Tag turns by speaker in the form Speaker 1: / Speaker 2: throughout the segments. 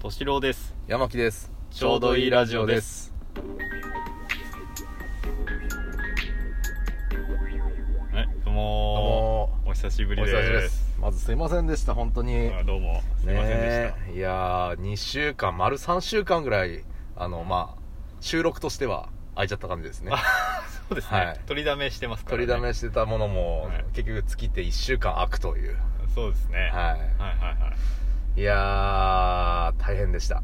Speaker 1: 敏郎です
Speaker 2: 山木です
Speaker 1: ちょうどいいラジオですはいどう
Speaker 2: どう
Speaker 1: も
Speaker 2: も
Speaker 1: ーお久しぶ
Speaker 2: お
Speaker 1: りで
Speaker 2: 久
Speaker 1: す
Speaker 2: しぶりですまずすいませんでした本当にね
Speaker 1: あどうもすいませんでした、
Speaker 2: えいやー2週間丸3週間ぐらいあのまあ収録としては空いちゃった感じですね
Speaker 1: そうですね、
Speaker 2: はい
Speaker 1: 取りだめしてますから、ね、
Speaker 2: 取りだめしてたものも、
Speaker 1: はい
Speaker 2: 結局尽きて1週間空くという、
Speaker 1: そうですね、は
Speaker 2: は
Speaker 1: いはいはい
Speaker 2: い、いやー大変でした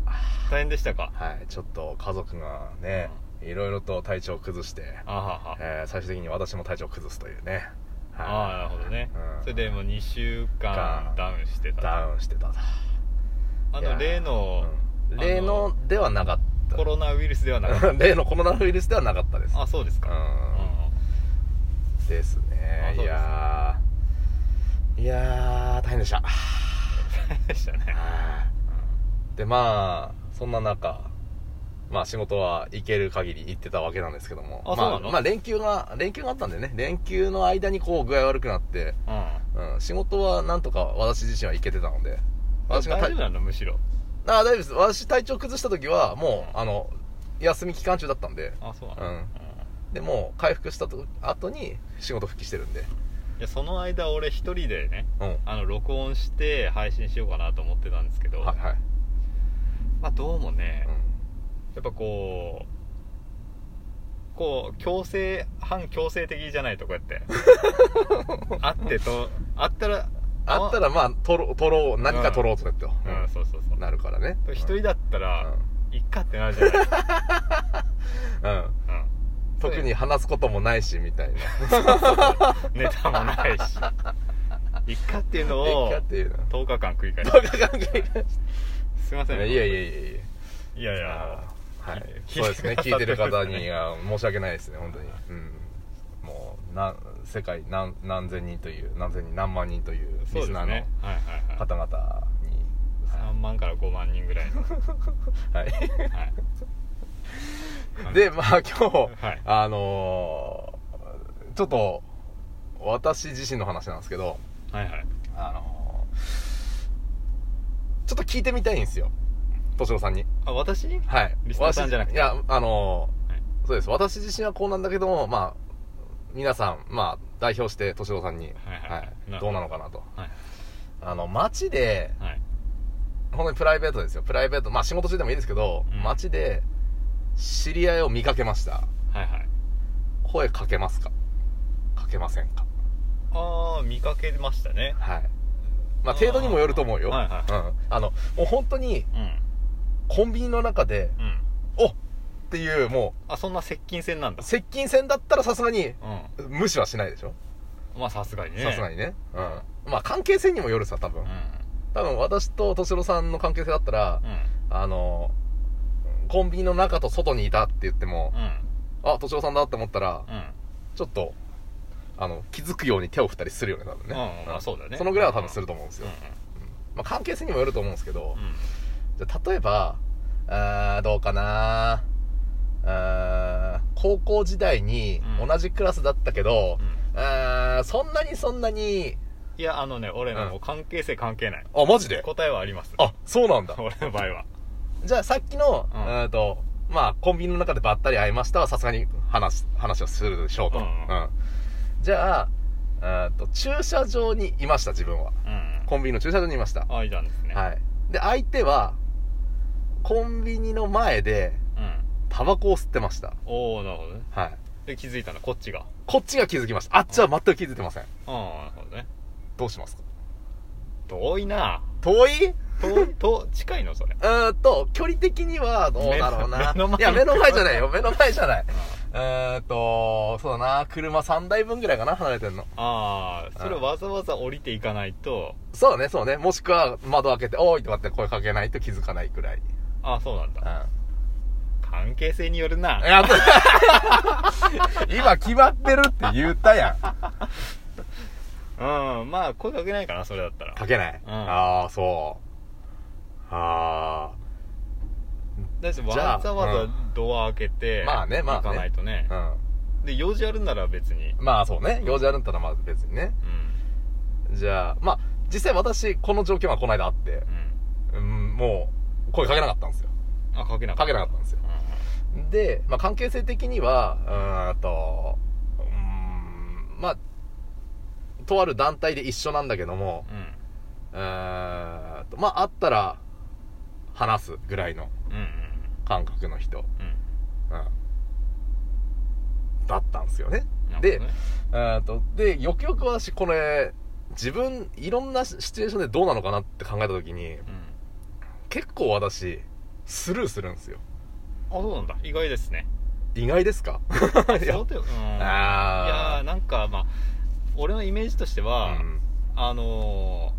Speaker 1: 大変でしたか
Speaker 2: はいちょっと家族がねいろいろと体調を崩して、
Speaker 1: あはは、
Speaker 2: えー最終的に私も体調を崩すというねはい
Speaker 1: ああなるほどね、
Speaker 2: うん
Speaker 1: それでもう2週間
Speaker 2: 間
Speaker 1: ダウンしてた
Speaker 2: ダウンしてたと
Speaker 1: あ
Speaker 2: いや
Speaker 1: の
Speaker 2: ー
Speaker 1: 例の、
Speaker 2: うん
Speaker 1: あの
Speaker 2: 例のではなかった
Speaker 1: コロナウイルスではなか っ
Speaker 2: 例のコロナウイルスではなかったです
Speaker 1: たあそうですか、
Speaker 2: うです
Speaker 1: あ
Speaker 2: ね
Speaker 1: そうです
Speaker 2: いやーいやー大変でした
Speaker 1: うんでしたね
Speaker 2: でまあそんな中まあ仕事は行ける限り行ってたわけなんですけども
Speaker 1: あ
Speaker 2: ま
Speaker 1: そうなの
Speaker 2: まあ連休が連休があったんでね連休の間にこう具合悪くなって、
Speaker 1: うん
Speaker 2: うん、仕事はなんとか私自身は行けてたので
Speaker 1: 大
Speaker 2: 私が
Speaker 1: 丈夫なのむしろ
Speaker 2: ああ大丈夫です私体調崩した時はもう、
Speaker 1: うん
Speaker 2: あの休み期間中だったんで
Speaker 1: あそうなの、
Speaker 2: うんでもう回復したと後に仕事復帰してるんで
Speaker 1: いやその間俺一人でね
Speaker 2: うんはい
Speaker 1: あの録音して配信しようかなと思ってたんですけど、
Speaker 2: はい、
Speaker 1: まあどうもね、
Speaker 2: うん
Speaker 1: やっぱこうこう強制反強制的じゃないとこうやって あってとあったら
Speaker 2: あったらまあ取ろう取ろう何か取ろうとかってよ、
Speaker 1: うん、そうそうそう
Speaker 2: なるからね
Speaker 1: 一人
Speaker 2: だ
Speaker 1: だった
Speaker 2: う
Speaker 1: ら
Speaker 2: ん、
Speaker 1: いっかってなるじゃない ですか、
Speaker 2: うん
Speaker 1: うん
Speaker 2: 特に話すこともないしみたいな
Speaker 1: ネタもないしいっかっていうのを
Speaker 2: いいかっ ていうの
Speaker 1: 10日間繰り返 し
Speaker 2: バカ考え出し
Speaker 1: すいませ
Speaker 2: た
Speaker 1: ん
Speaker 2: いやいやいやいやいや
Speaker 1: いやいや
Speaker 2: あーはい
Speaker 1: 聞い
Speaker 2: そうですね
Speaker 1: 聞
Speaker 2: 聞
Speaker 1: い
Speaker 2: い
Speaker 1: て
Speaker 2: て
Speaker 1: る
Speaker 2: る
Speaker 1: 方
Speaker 2: 方
Speaker 1: に
Speaker 2: には申し訳ないですね本当にうんもうなん世界何何千人という何千人何万人というリ
Speaker 1: そうで
Speaker 2: ス
Speaker 1: すね
Speaker 2: ナ
Speaker 1: はい
Speaker 2: ー
Speaker 1: はい
Speaker 2: の
Speaker 1: はい
Speaker 2: 方々に
Speaker 1: 3万から5万人ぐらいの、は
Speaker 2: はい
Speaker 1: い、
Speaker 2: でまあ今日、
Speaker 1: はい
Speaker 2: あのーちょっと私自身の話なんですけど
Speaker 1: はいはい
Speaker 2: あのーちょっと聞いてみたいんですよ敏郎さんに
Speaker 1: あ私はい
Speaker 2: はい
Speaker 1: リスナーさんじゃなくて
Speaker 2: 私いやあのーそうです私自身はこうなんだけどもまあ皆さんまあ代表して敏郎さんに、
Speaker 1: はいはいなるほど
Speaker 2: どうなのかなと
Speaker 1: はい
Speaker 2: あの街で
Speaker 1: はい
Speaker 2: 本当にプライベートですよプライベートまあ仕事中でもいいですけど、
Speaker 1: うん
Speaker 2: 街で知り合いを見かけました
Speaker 1: はいはい
Speaker 2: 声かけますかかけませんか
Speaker 1: ああ見かけましたね
Speaker 2: はいまあ
Speaker 1: あー
Speaker 2: 程度にもよると思うよ、
Speaker 1: はいはい
Speaker 2: うん、あのもう本当に
Speaker 1: うん
Speaker 2: コンビニの中で
Speaker 1: うん
Speaker 2: おっっていうも
Speaker 1: あそんな接近戦なん
Speaker 2: う
Speaker 1: だ
Speaker 2: 接近戦だったらさすがに
Speaker 1: う
Speaker 2: 無視はしないでしょ
Speaker 1: んまあさすがにね
Speaker 2: さすがにねうんまあ関係性にもよるさ多分
Speaker 1: うん
Speaker 2: 多分私と敏郎さんの関係性だったら
Speaker 1: うん
Speaker 2: あのコンビニの中と外にいたって言っても
Speaker 1: うん
Speaker 2: あ敏郎さんだって思ったら
Speaker 1: うん
Speaker 2: ちょっとあの気づくように手を振ったりするよね多分ね
Speaker 1: うんうんまあそうだね
Speaker 2: そのぐらいは多分すると思うんです
Speaker 1: う
Speaker 2: よ
Speaker 1: ん
Speaker 2: まあ関係性にもよると思うんですけど
Speaker 1: うんうん
Speaker 2: じゃあ例えば、あーどうかなあー高校時代に
Speaker 1: うん
Speaker 2: 同じクラスだったけど、
Speaker 1: うん
Speaker 2: あーそんなにそんなに、
Speaker 1: いやあのね俺の
Speaker 2: うん
Speaker 1: 関係性関係ない
Speaker 2: あ、マジで
Speaker 1: 答えはあります
Speaker 2: あ、そうなんだ。
Speaker 1: 俺の場合は
Speaker 2: じゃあさっきの、
Speaker 1: う
Speaker 2: うんーん、と、まあコンビニの中でばったり会いましたはさすがに話す、話をするでしょうと。
Speaker 1: うんうん
Speaker 2: じゃあ、あーと駐車場にいました自分は。
Speaker 1: うん
Speaker 2: コンビニの駐車場にいました。
Speaker 1: あいたんですね
Speaker 2: はい。で、相手は、コンビニの前で
Speaker 1: うん
Speaker 2: タバコを吸ってました。
Speaker 1: おおなるほどね
Speaker 2: はい。
Speaker 1: で気づいたのこっちが
Speaker 2: こっちが気づきました。あっちは全く気づいてません。
Speaker 1: うんなるほどね
Speaker 2: どうしますか
Speaker 1: 遠いな
Speaker 2: 遠いう
Speaker 1: 遠い遠近いのそれ
Speaker 2: ーんと、距離的にはどうだろうな。
Speaker 1: 目の目の前
Speaker 2: いや、目の前じゃない よ。目の前じゃない。
Speaker 1: あ
Speaker 2: うーんと、そうだな。車3台分ぐらいかな、離れてんの。
Speaker 1: あーそれわざわざ降りていかないと
Speaker 2: そうね、そうね。もしくは窓開けて、おーいとかって声かけないと気づかないくらい。
Speaker 1: ああそうなん
Speaker 2: うん。い
Speaker 1: だ関係性によるな
Speaker 2: や、 今決まってるって言ったやん。
Speaker 1: うんまあ声かけないかなそれだったら
Speaker 2: かけない、
Speaker 1: うん
Speaker 2: ああ、そう。あ
Speaker 1: だって
Speaker 2: じゃあ
Speaker 1: わざわ
Speaker 2: う
Speaker 1: ざドア開けて
Speaker 2: まあねまあね
Speaker 1: 行かないとね
Speaker 2: あ。
Speaker 1: で用事あるんなら別に
Speaker 2: うん。まあそうね。用事あるんだったらまあ別にね。
Speaker 1: うん
Speaker 2: じゃあ、まあ、実際私、この状況がこの間あって、
Speaker 1: うん
Speaker 2: うん、もう、声かけなかったんですよ
Speaker 1: あかけなか
Speaker 2: か
Speaker 1: った
Speaker 2: けなかったんですよで、まあ、関係性的にはうーんとうーんまあとある団体で一緒なんだけども
Speaker 1: うんうん
Speaker 2: うーんとまあ会ったら話すぐらいの
Speaker 1: うん
Speaker 2: 感覚の人、
Speaker 1: うん
Speaker 2: うん、だったんですよね
Speaker 1: うん
Speaker 2: で
Speaker 1: なる
Speaker 2: えーとでよくよく私これ自分いろんなシシチュエーションでどうなのかなって考えた時
Speaker 1: ほ
Speaker 2: に
Speaker 1: どね
Speaker 2: 結構私スルーするんですよ
Speaker 1: うんあそうなんだ意外ですね
Speaker 2: 意外ですか いや
Speaker 1: そうだようんいや
Speaker 2: あ
Speaker 1: ーなんかまあ俺のイメージとして
Speaker 2: あ
Speaker 1: は、
Speaker 2: うん
Speaker 1: あの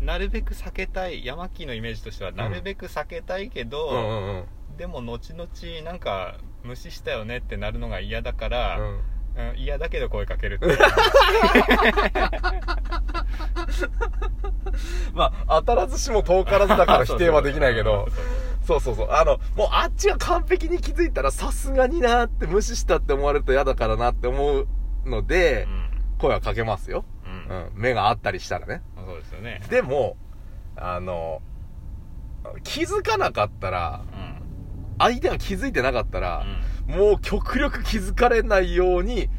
Speaker 1: ーなるべく避けたい山木のイメージとしてはなるべく避けたいけど、
Speaker 2: うんうんうん
Speaker 1: でも後々なんか無視したよねってなるのが嫌だから、
Speaker 2: うん
Speaker 1: うん嫌だけど声かけるっていう
Speaker 2: まあ当たらずしも遠からずだから否定はできないけど
Speaker 1: そうそう
Speaker 2: そうそうそうあのもうあっちが完璧に気づいたらさすがになーって無視したって思われると嫌だからなって思うので
Speaker 1: そううん
Speaker 2: 声はかけますよ、
Speaker 1: うん
Speaker 2: うん、目があったりしたらね
Speaker 1: まあそうですよね
Speaker 2: でも、あの、気づかなかったら、
Speaker 1: うん
Speaker 2: 相手が気づいてなかった
Speaker 1: う
Speaker 2: ら、
Speaker 1: ん
Speaker 2: もう極力気づかれないように、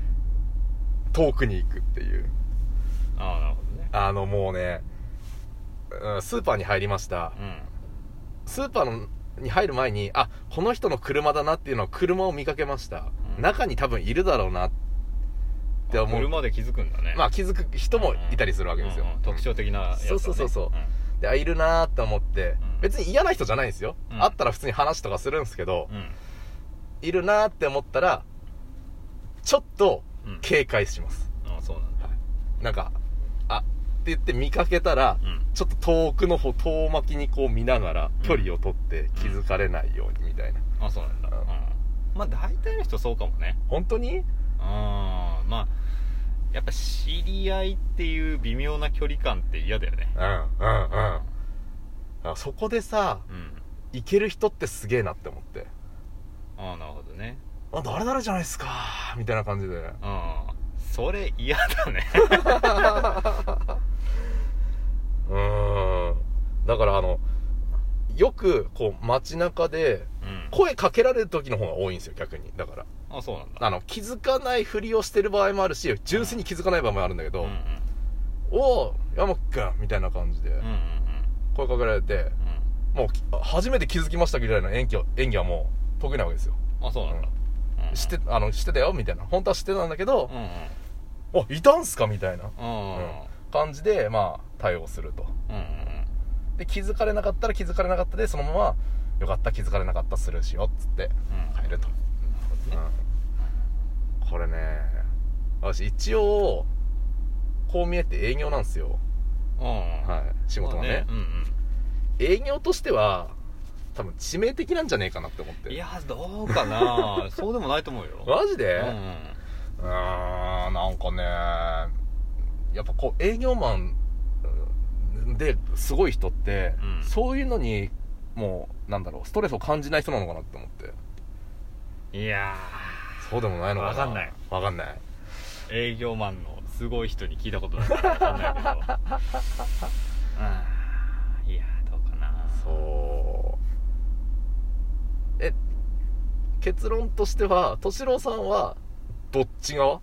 Speaker 2: 遠くに行くっていう。
Speaker 1: ああなるほどね
Speaker 2: あの、もうね、うんスーパーに入りました。スーパーのに入る前に、あ、この人の車だなっていうのを車を見かけました。
Speaker 1: うん
Speaker 2: 中に多分いるだろうなっ
Speaker 1: う
Speaker 2: て
Speaker 1: ん
Speaker 2: 思う。
Speaker 1: 車で気づくんだね
Speaker 2: まあ気づく人もいたりするわけですよ
Speaker 1: うんうん。特徴的なやつ、ね、
Speaker 2: そうそうそうそうんで、あ、いるなーって思って、
Speaker 1: うん
Speaker 2: 別に嫌な人じゃないんですよ。
Speaker 1: うん
Speaker 2: 会ったら普通に話とかするんですけど、
Speaker 1: うん
Speaker 2: いるなーって思ったら、ちょっと
Speaker 1: うん
Speaker 2: 警戒します。
Speaker 1: ああそうなんだ
Speaker 2: なんか、あ、って言って見かけたら、
Speaker 1: うん
Speaker 2: ちょっと遠くの方、遠巻きにこう見ながら、距離を取って気づかれないようにみたいな。
Speaker 1: あそうなんだ、
Speaker 2: うん
Speaker 1: うん、まあ大体の人そうかもね
Speaker 2: 本当に
Speaker 1: あーまあやっぱ知り合いっていう微妙な距離感って嫌だよね
Speaker 2: うん、うん、うん。あそこでさ、
Speaker 1: うん
Speaker 2: 行ける人ってすげえなって思って。
Speaker 1: ああなるほどね
Speaker 2: あ、誰々じゃないですかみたいな感じで。
Speaker 1: うんそれ嫌だね
Speaker 2: うーん。だからあの、よく、こう、街中で、
Speaker 1: うん
Speaker 2: 声かけられる時の方が多いんですよ、逆に。だから。
Speaker 1: あそうなんだ
Speaker 2: あの、気づかないふりをしてる場合もあるし、純粋に気づかない場合もあるんだけ
Speaker 1: う
Speaker 2: ど、
Speaker 1: んうん
Speaker 2: おー、山木くんみたいな感じで
Speaker 1: うん、うん
Speaker 2: 声かけられて、
Speaker 1: うんう
Speaker 2: もうき、初めて気づきましたぐらいの演技を演技はもう、得意なわけですよ。
Speaker 1: んあそうなんだ、うんうん、
Speaker 2: 知って、あの、知ってたよみたいな。本当は知ってたんだけど
Speaker 1: うん、うん
Speaker 2: あ、いたんすかみたいな
Speaker 1: うんうん
Speaker 2: 感じで、まあ、対応すると。
Speaker 1: うんうん
Speaker 2: で気づかれなかったら気づかれなかったでそのまま「よかった気づかれなかったスルーしよう」っつって
Speaker 1: うん
Speaker 2: 帰ると、
Speaker 1: なるほどね
Speaker 2: うんこれね私一応こう見えて営業なんですよ、
Speaker 1: うん
Speaker 2: はい、仕事がね,、
Speaker 1: まあうん
Speaker 2: 営業としては多分致命的なんじゃねえかなって思っ
Speaker 1: う
Speaker 2: て
Speaker 1: んいやどうかなそうでもないと思うよ
Speaker 2: マジで
Speaker 1: うんう
Speaker 2: うんーんなんかねやっぱこう営業マンうんですごい人って、
Speaker 1: うん
Speaker 2: そういうのにもうなんだろうストレスを感じない人なのかなって思って
Speaker 1: いや
Speaker 2: そうでもないのかな
Speaker 1: わかんない
Speaker 2: わかんない
Speaker 1: ー営業マンのすごい人に聞いたことないからわかんないけどうんいやーどうかな
Speaker 2: そうえ結論としては敏郎さんはどっち側
Speaker 1: い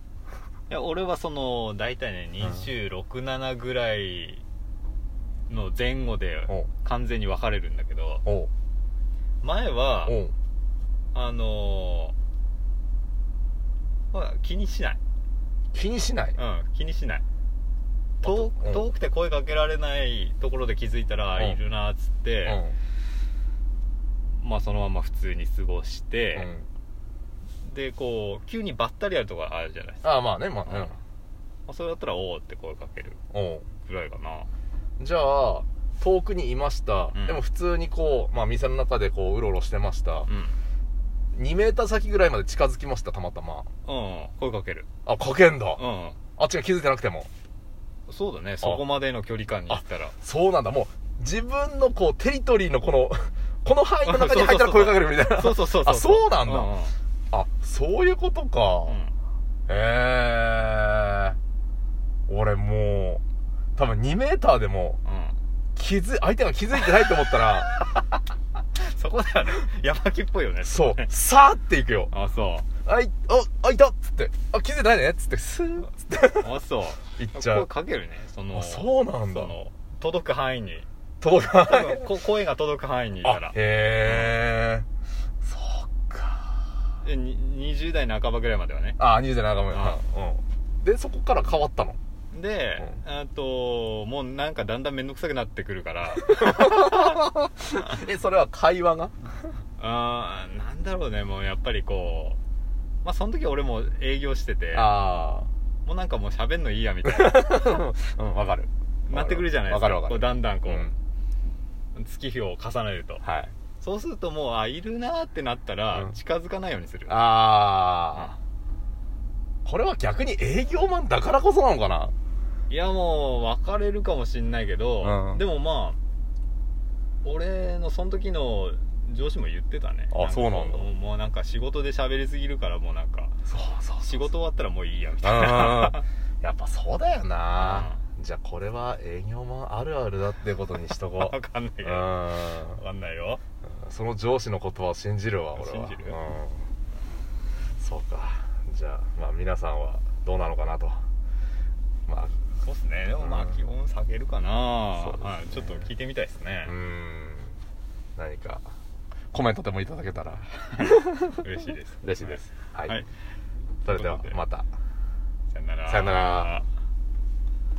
Speaker 1: や俺はその大体ね
Speaker 2: うん
Speaker 1: 267ぐらいの前後で
Speaker 2: おう
Speaker 1: 完全に分かれるんだけど
Speaker 2: おう
Speaker 1: 前は
Speaker 2: おう
Speaker 1: あのーまあ気にしない
Speaker 2: 気にしない
Speaker 1: うん気にしない遠
Speaker 2: うん
Speaker 1: く遠くて声かけられないところで気づいたら
Speaker 2: うん
Speaker 1: いるなっつっ
Speaker 2: う
Speaker 1: て、まあそのまま普通に過ごし
Speaker 2: んう
Speaker 1: て、
Speaker 2: ん
Speaker 1: でこう急にばったりやるとかあるじゃないですか、
Speaker 2: ああまあねまあ
Speaker 1: うんまあ、それだったら「おお」って声かける
Speaker 2: うんおう
Speaker 1: ぐらいかな
Speaker 2: じゃあ遠くにいました、
Speaker 1: うん
Speaker 2: でも普通にこう、まあ、店の中でこううろうろしてました
Speaker 1: う、ん
Speaker 2: 2メーター先ぐらいまで近づきましたたまたま
Speaker 1: うん、声かける
Speaker 2: あかけんだ、
Speaker 1: うん
Speaker 2: あっちが気づいてなくても
Speaker 1: そうだねそこまでの距離感にしたら
Speaker 2: そうなんだもう自分のこうテリトリーのこの この範囲の中に入ったら声かけるみたい な
Speaker 1: そうそうそう
Speaker 2: あそうなんだ
Speaker 1: うん
Speaker 2: あ、そういうことか。
Speaker 1: うん
Speaker 2: へえ。俺もう、多分2メーターでも、
Speaker 1: うん
Speaker 2: 気づ、相手が気づいてないと思ったら、
Speaker 1: そこだよね山木っぽいよね
Speaker 2: そう
Speaker 1: ね
Speaker 2: さーっていくよ
Speaker 1: あそ
Speaker 2: あいおあいたっつってあ気づいてないねっつってスーッつって
Speaker 1: うあ そう
Speaker 2: いっちゃ
Speaker 1: 声
Speaker 2: う
Speaker 1: かけるねその
Speaker 2: あそうなんだ
Speaker 1: その届く範囲に
Speaker 2: 届か
Speaker 1: 多
Speaker 2: ない
Speaker 1: 分こ声が届く範囲にいた
Speaker 2: あ
Speaker 1: ら
Speaker 2: へえそっか
Speaker 1: でに20代半ばぐらいまではね
Speaker 2: あ20代仲間うんでそこから変わった の
Speaker 1: で、あともうなんかだんだん面倒くさくなってくるから
Speaker 2: えそれは会話が
Speaker 1: あーなんだろうねもうやっぱりこうまあその時俺も営業してて
Speaker 2: あ
Speaker 1: もうなんかもう喋んのいいやみたいな
Speaker 2: あうんわかる
Speaker 1: なってくるじゃないです
Speaker 2: わ
Speaker 1: か
Speaker 2: かるわか
Speaker 1: こう
Speaker 2: る
Speaker 1: だんだんこう、
Speaker 2: うん
Speaker 1: 月日を重ねると
Speaker 2: はい
Speaker 1: そうするともうあいるなーってなったら、
Speaker 2: うん
Speaker 1: 近づかないようにする
Speaker 2: ああこれは逆に営業マンだからこそなのかない
Speaker 1: やもう別れるかもしんないけど、
Speaker 2: うん
Speaker 1: でもまあ俺のその時の上司も言ってたね
Speaker 2: あ
Speaker 1: か
Speaker 2: そうなんだ
Speaker 1: もうもうなんか仕事で喋りすぎるからもうなんか
Speaker 2: そうそうそう
Speaker 1: 仕事終わったらもういいやみたい
Speaker 2: あ
Speaker 1: な
Speaker 2: やっぱそうだよな、じゃあこれは営業マンあるあるだってことにしとこ
Speaker 1: わかんないうけ
Speaker 2: う
Speaker 1: どわ
Speaker 2: ん
Speaker 1: かんないよ
Speaker 2: その上司の言葉を信じるわ俺
Speaker 1: 信
Speaker 2: は
Speaker 1: じる
Speaker 2: うん、そうかじゃあまあ皆さんはどうなのかなとま
Speaker 1: そうっすねでもまあ
Speaker 2: うん
Speaker 1: 気温下げるかな、
Speaker 2: そうですね
Speaker 1: はいちょっと聞いてみたいですね
Speaker 2: あう、ん何かコメントでもいただけたら
Speaker 1: 嬉しいです
Speaker 2: 嬉しいです、は
Speaker 1: はいい、はい
Speaker 2: それではまた
Speaker 1: さよなら
Speaker 2: さよなら